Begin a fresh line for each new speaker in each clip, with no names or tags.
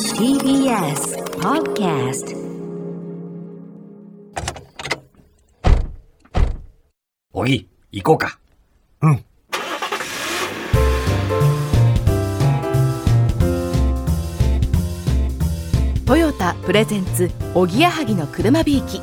TBS Podcast
おぎ、行こうか。
トヨタプレゼンツおぎやはぎの車びいき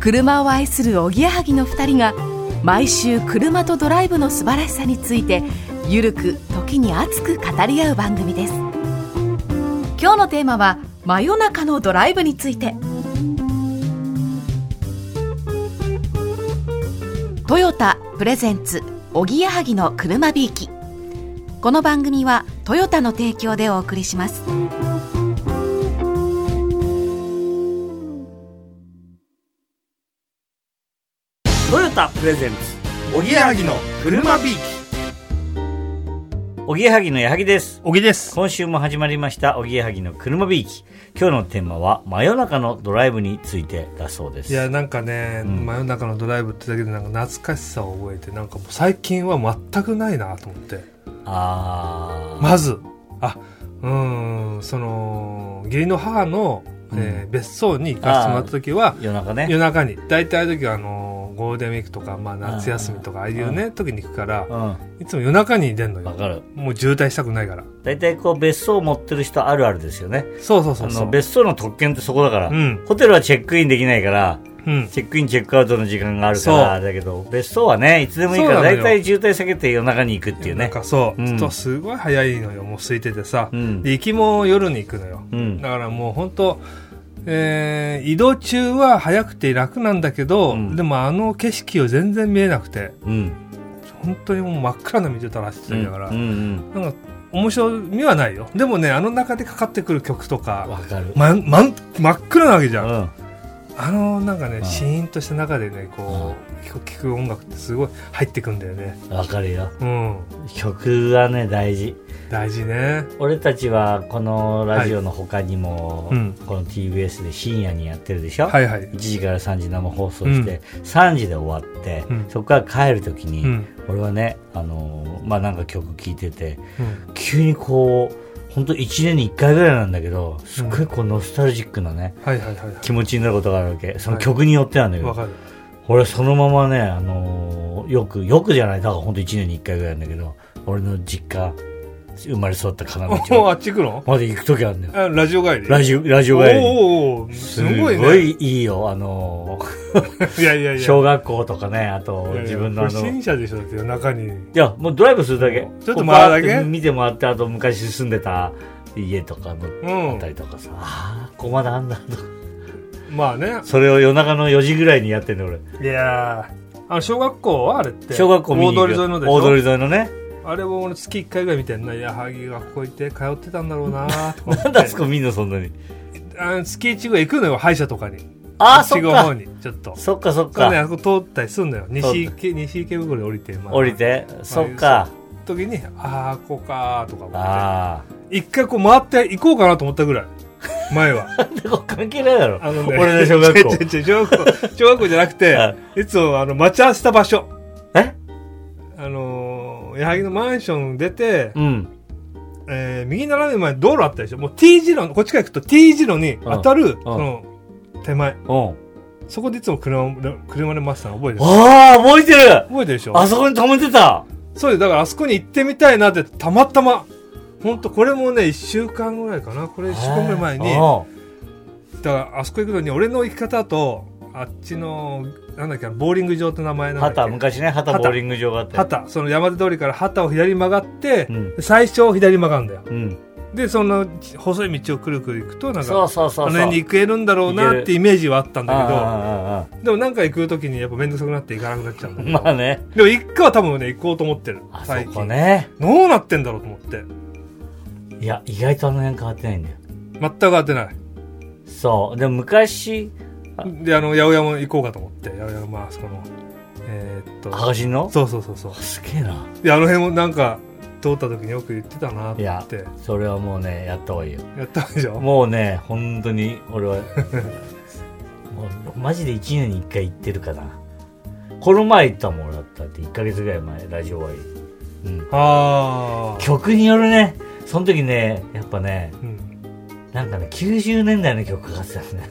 車を愛するおぎやはぎの2人が毎週車とドライブの素晴らしさについてゆるく時に熱く語り合う番組です今日のテーマは真夜中のドライブについてトヨタプレゼンツおぎやはぎの車びいきこの番組はトヨタの提供でお送りします
トヨタプレゼンツ、
おぎやはぎの車ビーキ
おぎやはぎの矢作です。
おぎです
今週も始まりました、おぎやはぎの車びいき。今日のテーマは、真夜中のドライブについてだそうです。
いやなんかね、
うん
真夜中のドライブってだけでなんか懐かしさを覚えてなんかもう最近は全くないなと思って
あー。
まずあうーんその義理の母の、えー別荘に行かせてもらった時は
夜中
夜
ね。
中に大体あの時はあのーゴールデンウィークとか、まあ、夏休みとかああいうね時に行くから
うん。わ
いつも夜中に出んのよ
かる。
もう渋滞したくないから
大体こう、別荘を持ってる人あるあるですよね。
そうそうそう
あ
そ
の、
う
別荘の特権ってそこだから、
うん
ホテルはチェックインできないから、
うん
チェックイン、チェックアウトの時間があるから、
そ
だけど、別荘はね、いつでもいいから、
そうなの
大
よ
体渋滞避けて夜中に行くっていう
なん
ね。
かそう、
うん
ちょっとすごい早いのよもう空いててさ、
うん
で行きも夜に行くのよ、
うん
だからもう本当えー移動中は早くて楽なんだけど、
うん
でもあの景色を全然見えなくて
うん。
本当にもう真っ暗な道を垂らしてただから、
うんうん
なんか面白みはないよでもねあの中でかかってくる曲と
うん。わ
か、
かる。
まんまん真っ暗なわけじゃん、
うん。
あのなんかね、
ん
シーンとした中でねこう聴く聞く音楽ってすごい入ってくんだよね
わかるよ。
うん
曲はね、大事。
大事ね
俺たちはこのラジオの他にも、
はいうん
この TBS で深夜にやってるでしょ、
はいはい
1時から3時生放送して、3時で終わって、
うん
そこから帰る時に、
うん
俺はね、あのーまあ、なんか曲聴いてて、
うん
急にこう、本当1年に1回ぐらいなんだけど、すっごいこうノスタルジックなね、
はいはいはいは
気持ちになることがあるわけ。その曲によってなんだ
い
けど、
わかる
俺そのままね、あのーよく、よくじゃない、だから本当1年に1回ぐらいなんだけど、俺の実家、生まれ育った金持ち
おあっち行くの
まで行くときあるんだよ。
あラジオ帰り
ラジオ、ラジオ帰りに。
おーおーすごい
すご
ね。
いいいよ。あの
いやいやい
ー、
や。
小学校とかね、あと
いやいや
自分のあ
不
の、い
審者でしょ、だって夜中に。
や、もうドライブするだけ。
ちょっ
こ
と回るだけ
うバーって見て回って、あと昔住んでた家とかの、
うん
あったりとかさ、ああ、ここまであんだとか。
まあね。
それを夜中の4時ぐらいにやってんの俺。
いやーあの、小学校はあれって。
小学校見
大
に行
通
く
り沿いのでしょ。
大通り沿いのね。
あれも俺月1回ぐらい見てんな。矢作がここ行って通ってたんだろうなーとか思って。
なんだあそこ見んのそんなに。
あの月1ぐらい行くのよ、歯医者とかに。
ああ、そ
四
っ
五方
か。
に、ちょっと。
そっかそっ
そうね、
か。
あそこ通ったりすんのよ。西
そ
池、西池袋に降りて、まあ
降り。て。そっか。
時に、ああ、ここかーとか思っ
ああ。
て。一回こう回って行こうかなと思ったぐらい。前は。
でも関係ないだろ。
あのね、
俺の小学校
違う。違う違う小学校、小学校じゃなく
は
て、いつもあの、待ち合わせた場所。
え
あのー、矢作のマンション出て、
うん。
えー、右斜め前に道路あったでしょ。もう T 字路の、こっちから行くと T 字路に当たる、その、手前。
うん。
そこでいつも車を、車で待ってたの覚えてる
ああ、覚えてる
覚えてるでしょ
あそこに止めてた
そうよだからあそこに行ってみたいなって、たまたま。ほんと、これもね、一週間ぐらいかな。これ仕込む前に、
う
だからあそこ行くのに、俺の行き方と、あっちの、なんだっけ、ボーリング場って名前な
ん
んだっけ
畑、昔ね、畑ボーリング場があって。
畑その山手通りから畑を左に曲がって、
うん
最初を左に曲がるんだよ
うん。
でその細い道をくるくる行くとなん
そう
か
そう
あ
そ
の
うそう。
辺に行けるんだろう
行け
な
る
ってイメージはあったんだ
あ
けどでもなんか行く時にやっぱ面倒くさくなって行かなくなっちゃうんだ
ーあーあーあ ー
けど、
まあね。
でも一回は多分ね行こうと思ってる
あ
最
そこ
近、
ね。
どうなってんだろうと思って
いや、意外とあの辺変わってないんだよ。
全く当てない
そう。でも昔、
であの八百屋も行こうかと思って八百屋のまあそこのえーっと
はがしの
そうそうそうそう
すげえな。
であの辺もなんか通った時によく言ってたなと
い
思
や
ってや、
それはもうね、やった方がいいよ。
ったでしょ
もうね、本当に、俺 は、もう、マジで1年に1回行ってるかな。この前行ったもん、俺だったって、1ヶ月ぐらい前、ラジオ終わり。うん。
ああ
曲によるねその時ねやっぱね
うん
なんかね90年代の曲かかってたんですね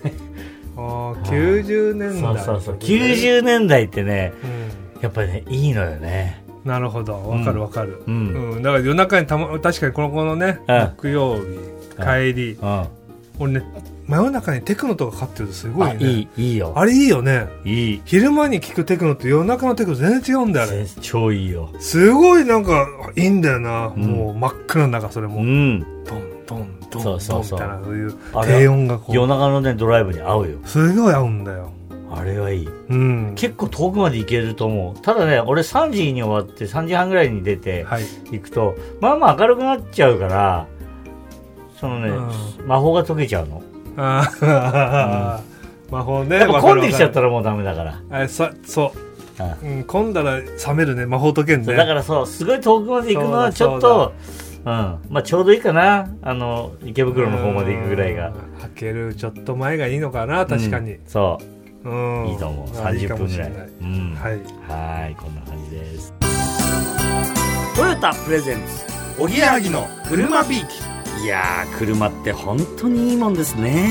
あー90年
そ
代
うそうそう90年代ってね
うん
やっぱりねいいのよね
なるほどわかるわかる、
う
うんんだから夜中にた、ま、確かにこの子のね
うん
木曜日帰り、
うん
俺ね真夜中にテクノとか買ってるとすごい
あ
ね
いいいいよ
あれいいよね
いい
昼間に聞くテクノと夜中のテクノ全然違うんだよね
先生超いいよ
すごいなんかいいんだよな、
ん
もう真っ暗の中それ
う
も、
ん
ドンドンドン
そ
ド
う
ン
そう
み
そう
たいなそういう
あれ
低音がこ
夜
う
中のねドライブに合うよ
すごい合うんだよ
あれはいい
うん
結構遠くまで行けると思うただね俺3時に終わって3時半ぐらいに出て
はい
行くと、まあまあ明るくなっちゃうからそのね、
う
魔法が解けちゃうの
ああ、 魔法ね
やっぱ混んできちゃっ
わ
たらもうダメだから
かるわかるあさそ
あ
う、うん、混んだら冷めるね魔法解けん
そ
ね
うだからそうすごい遠くまで行くのはちょっ
そ
とう、んまあ、ちょうどいいかなあの池袋の方まで行くぐらいが
うん開けるちょっと前がいいのかな確かに
うん、そ
うん
ういいと思う
あいい
30
か
分
も
ぐ
し
ら
れ
い
ない
うん、
はい
はーいこんな感じですトヨタプレゼンツおぎやはぎの車ビーキいやー車って本当にいいもんですね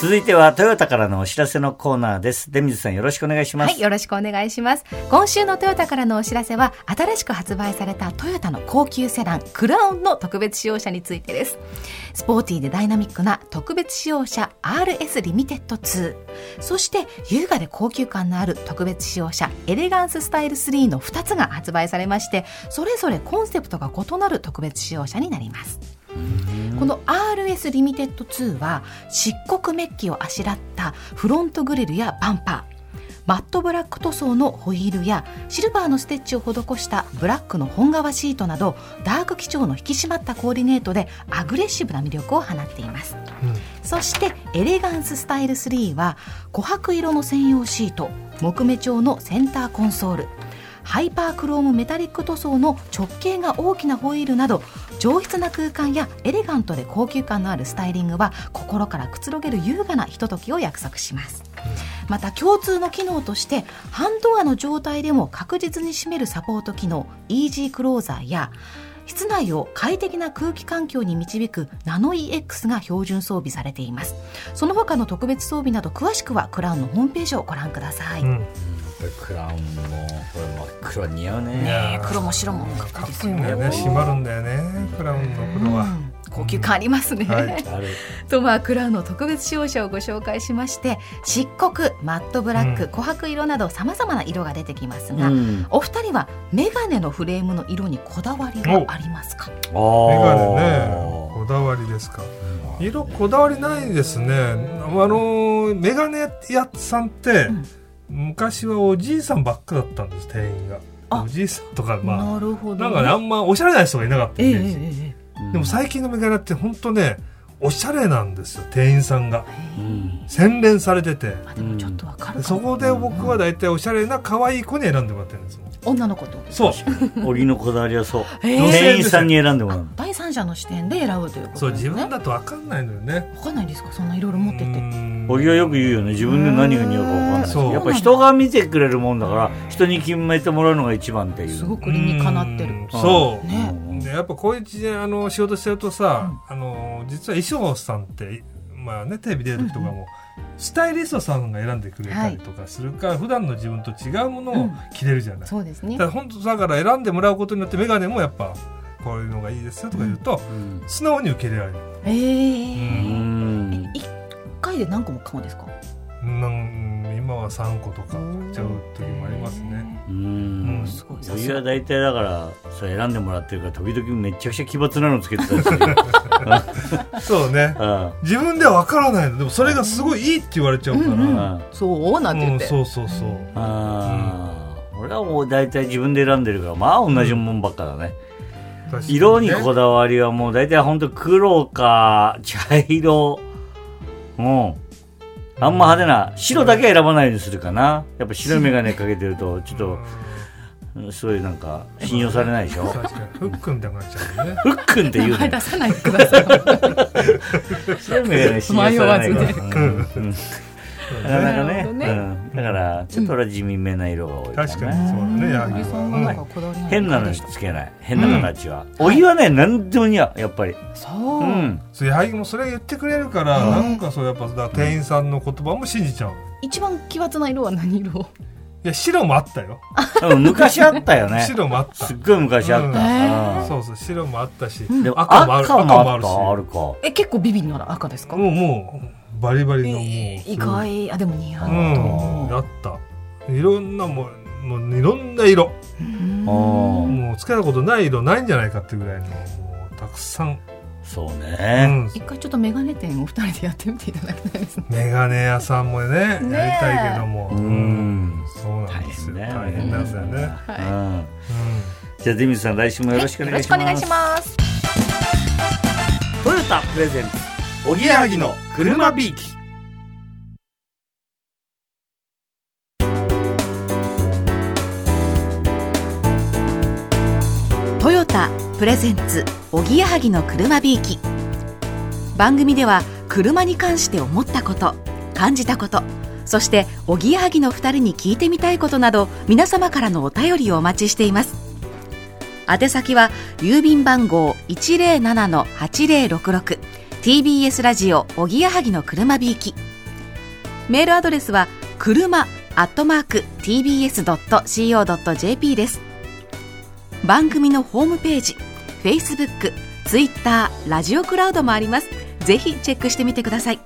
続いてはトヨタからのお知らせのコーナーです出水さんよろしくお願いしま
は
す、
い、よろしくお願いします。今週のトヨタからのお知らせは、新しく発売されたトヨタの高級セダン、クラウンの特別使用車についてです。スポーティーでダイナミックな特別使用車 RS リミテッド2。そして、優雅で高級感のある特別使用車エレガンススタイル3の2つが発売されまして、それぞれコンセプトが異なる特別使用車になります。この RS リミテッド2は漆黒メッキをあしらったフロントグリルやバンパーマットブラック塗装のホイールやシルバーのステッチを施したブラックの本革シートなどダーク基調の引き締まったコーディネートでアグレッシブな魅力を放っていますそしてエレガンススタイル3は琥珀色の専用シート木目調のセンターコンソールハイパークロームメタリック塗装の直径が大きなホイールなど上質な空間やエレガントで高級感のあるスタイリングは心からくつろげる優雅なひとときを約束しますまた共通の機能としてハンドアの状態でも確実に閉めるサポート機能 Easy クローザーや室内を快適な空気環境に導くナノ EX が標準装備されていますその他の特別装備など詳しくはクラウンのホームページをご覧ください、
うん
クラウンもこれ真っ黒似合うね
ねえ黒も白もかっこ
かっ
いいです
こいい
よ
んだよね閉まるんだよねクラウンの黒は
うん高級感ありますね、
はい
ある
トマークラウンの特別使用者をご紹介しまして漆黒マットブラック、
うん
琥珀色などさまざまな色が出てきますが、お二人はメガネのフレームの色にこだわりはありますか
あ
メガ
ー
ネねこだわりですか色こだわりないですねあのメガネ屋さんって、
うん
昔はおじいさんばっかだったんです店員が
あ
おじいさんとかま
なるほ
あ
ど
なん
ね、
かねあんまおしゃれな人がいなかった
ええ
イ
え
メ
え
ージ、
え
うん
でも最近のメガネって本当ねおしゃれなんですよ店員さんが
え
うん
洗練されてて
まあ、でもちょっとわかる
で
か
そ
も
こで僕は大体おしゃれな可愛い子に選んでもらってるんですもん
女の子と
そう
俺のこだわりはそう
へー
店員さんに選んでもらう
第三者の視点で選ぶというこ
そう
とです
自
ね
分だと分かんないのよね
わかんないですかそんないろいろ持ってて
小木はよく言うよね自分で何が似合うか分かんないし
そう
やっぱ人が見てくれるもんだから人に決めてもらうのが一番っていう
すごく理にかなって
う
る
んそう、
ね
でやっぱこういう時代あの仕事してるとさ、あの実は衣装さんってまあねテレビ出る時とかも、スタイリストさんが選んでくれたりとかするから、普段の自分と違うものを着れるじゃない、
そうですね
だから本当だから選んでもらうことによって眼鏡もやっぱこういうのがいいですよとか言うと、
うん
素直に受け入れられる、
ええ
うん
一回で何個も買うんですか
なん今は3個とか買っちゃう時もありますね、
うん
すごい
小木は大体だからそれ選んでもらってるから時々めちゃくちゃ奇抜なのつけてたしう
そうね
ん
自分では分からないのでもそれがすごいいいって言われちゃうから、
う
うんん
あ
そうなんて言って、
そうそうそう、
ー俺はもう大体自分で選んでるからまあ同じもんばっかだね
確かね
色にこだわりはもう大体ほんと黒か茶色うんあんま派手な白だけは選ばないようにするかなやっぱ白い眼鏡かけてるとちょっとうんすごいなんか信用されないでしょ
確かにフックみたいになっちゃうもんね
ふっくんって言う
名前
ね
出さないでください
白い眼鏡信用されないから、うんうん
そう
なか
だ
なか
ね
ね
なるほどね
うん、だからちょっと俺は地味めな色が多いかな
確かにそうだね矢
八木
作
さ
さ
ん
ん
はな
は
んかこだわりない
変なのしつけない変な形は、お湯はね何でも似合うやっぱり
そう、
うん、
そう矢作もそれ言ってくれるからなんかそうやっぱだから店員さんの言葉も信じちゃう
一番奇抜な色は何色
いや白もあったよ
うん昔あったよね
白もあった
すっごい昔あった、
え
そうそう白もあったし
うんでも
赤もある
赤もあっ
赤も
たあ
あ
るか
え結構ビビりなら赤ですか、
もうもうバリバリのもう
意外あでも似合
う
う、
んあったいろんなもうもういろんな色
あー
もうつけたことない色ないんじゃないかってぐらいのもうたくさん、
そう
う
ね、
ん、
一回ちょっとメガネ店お二人でやってみていただきたいですね
メガネ屋さんもねやり
ねえ
たいけども、
う、ん
そうなんですよ
大変ね
大変なんですよね、
うんじゃあデミさん来週もよろしくお願いします、
ます
トヨタプレゼンツおぎやはぎの車ビーキ
トヨタプレゼンツおぎやはぎの車びいき番組では車に関して思ったこと感じたことそしておぎやはぎの2人に聞いてみたいことなど皆様からのお便りをお待ちしています宛先は郵便番号 107-8066TBS ラジオおぎやはぎの車びいきメールアドレスは車アットマーク TBS.CO.jp です番組のホームページ Facebook、Twitter、ラジオクラウドもありますぜひチェックしてみてください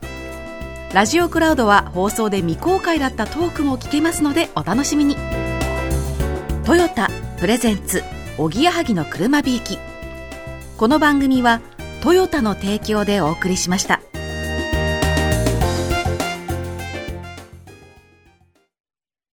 ラジオクラウドは放送で未公開だったトークも聞けますのでお楽しみにトヨタプレゼンツおぎやはぎの車びいきこの番組はトヨタの提供でお送りしました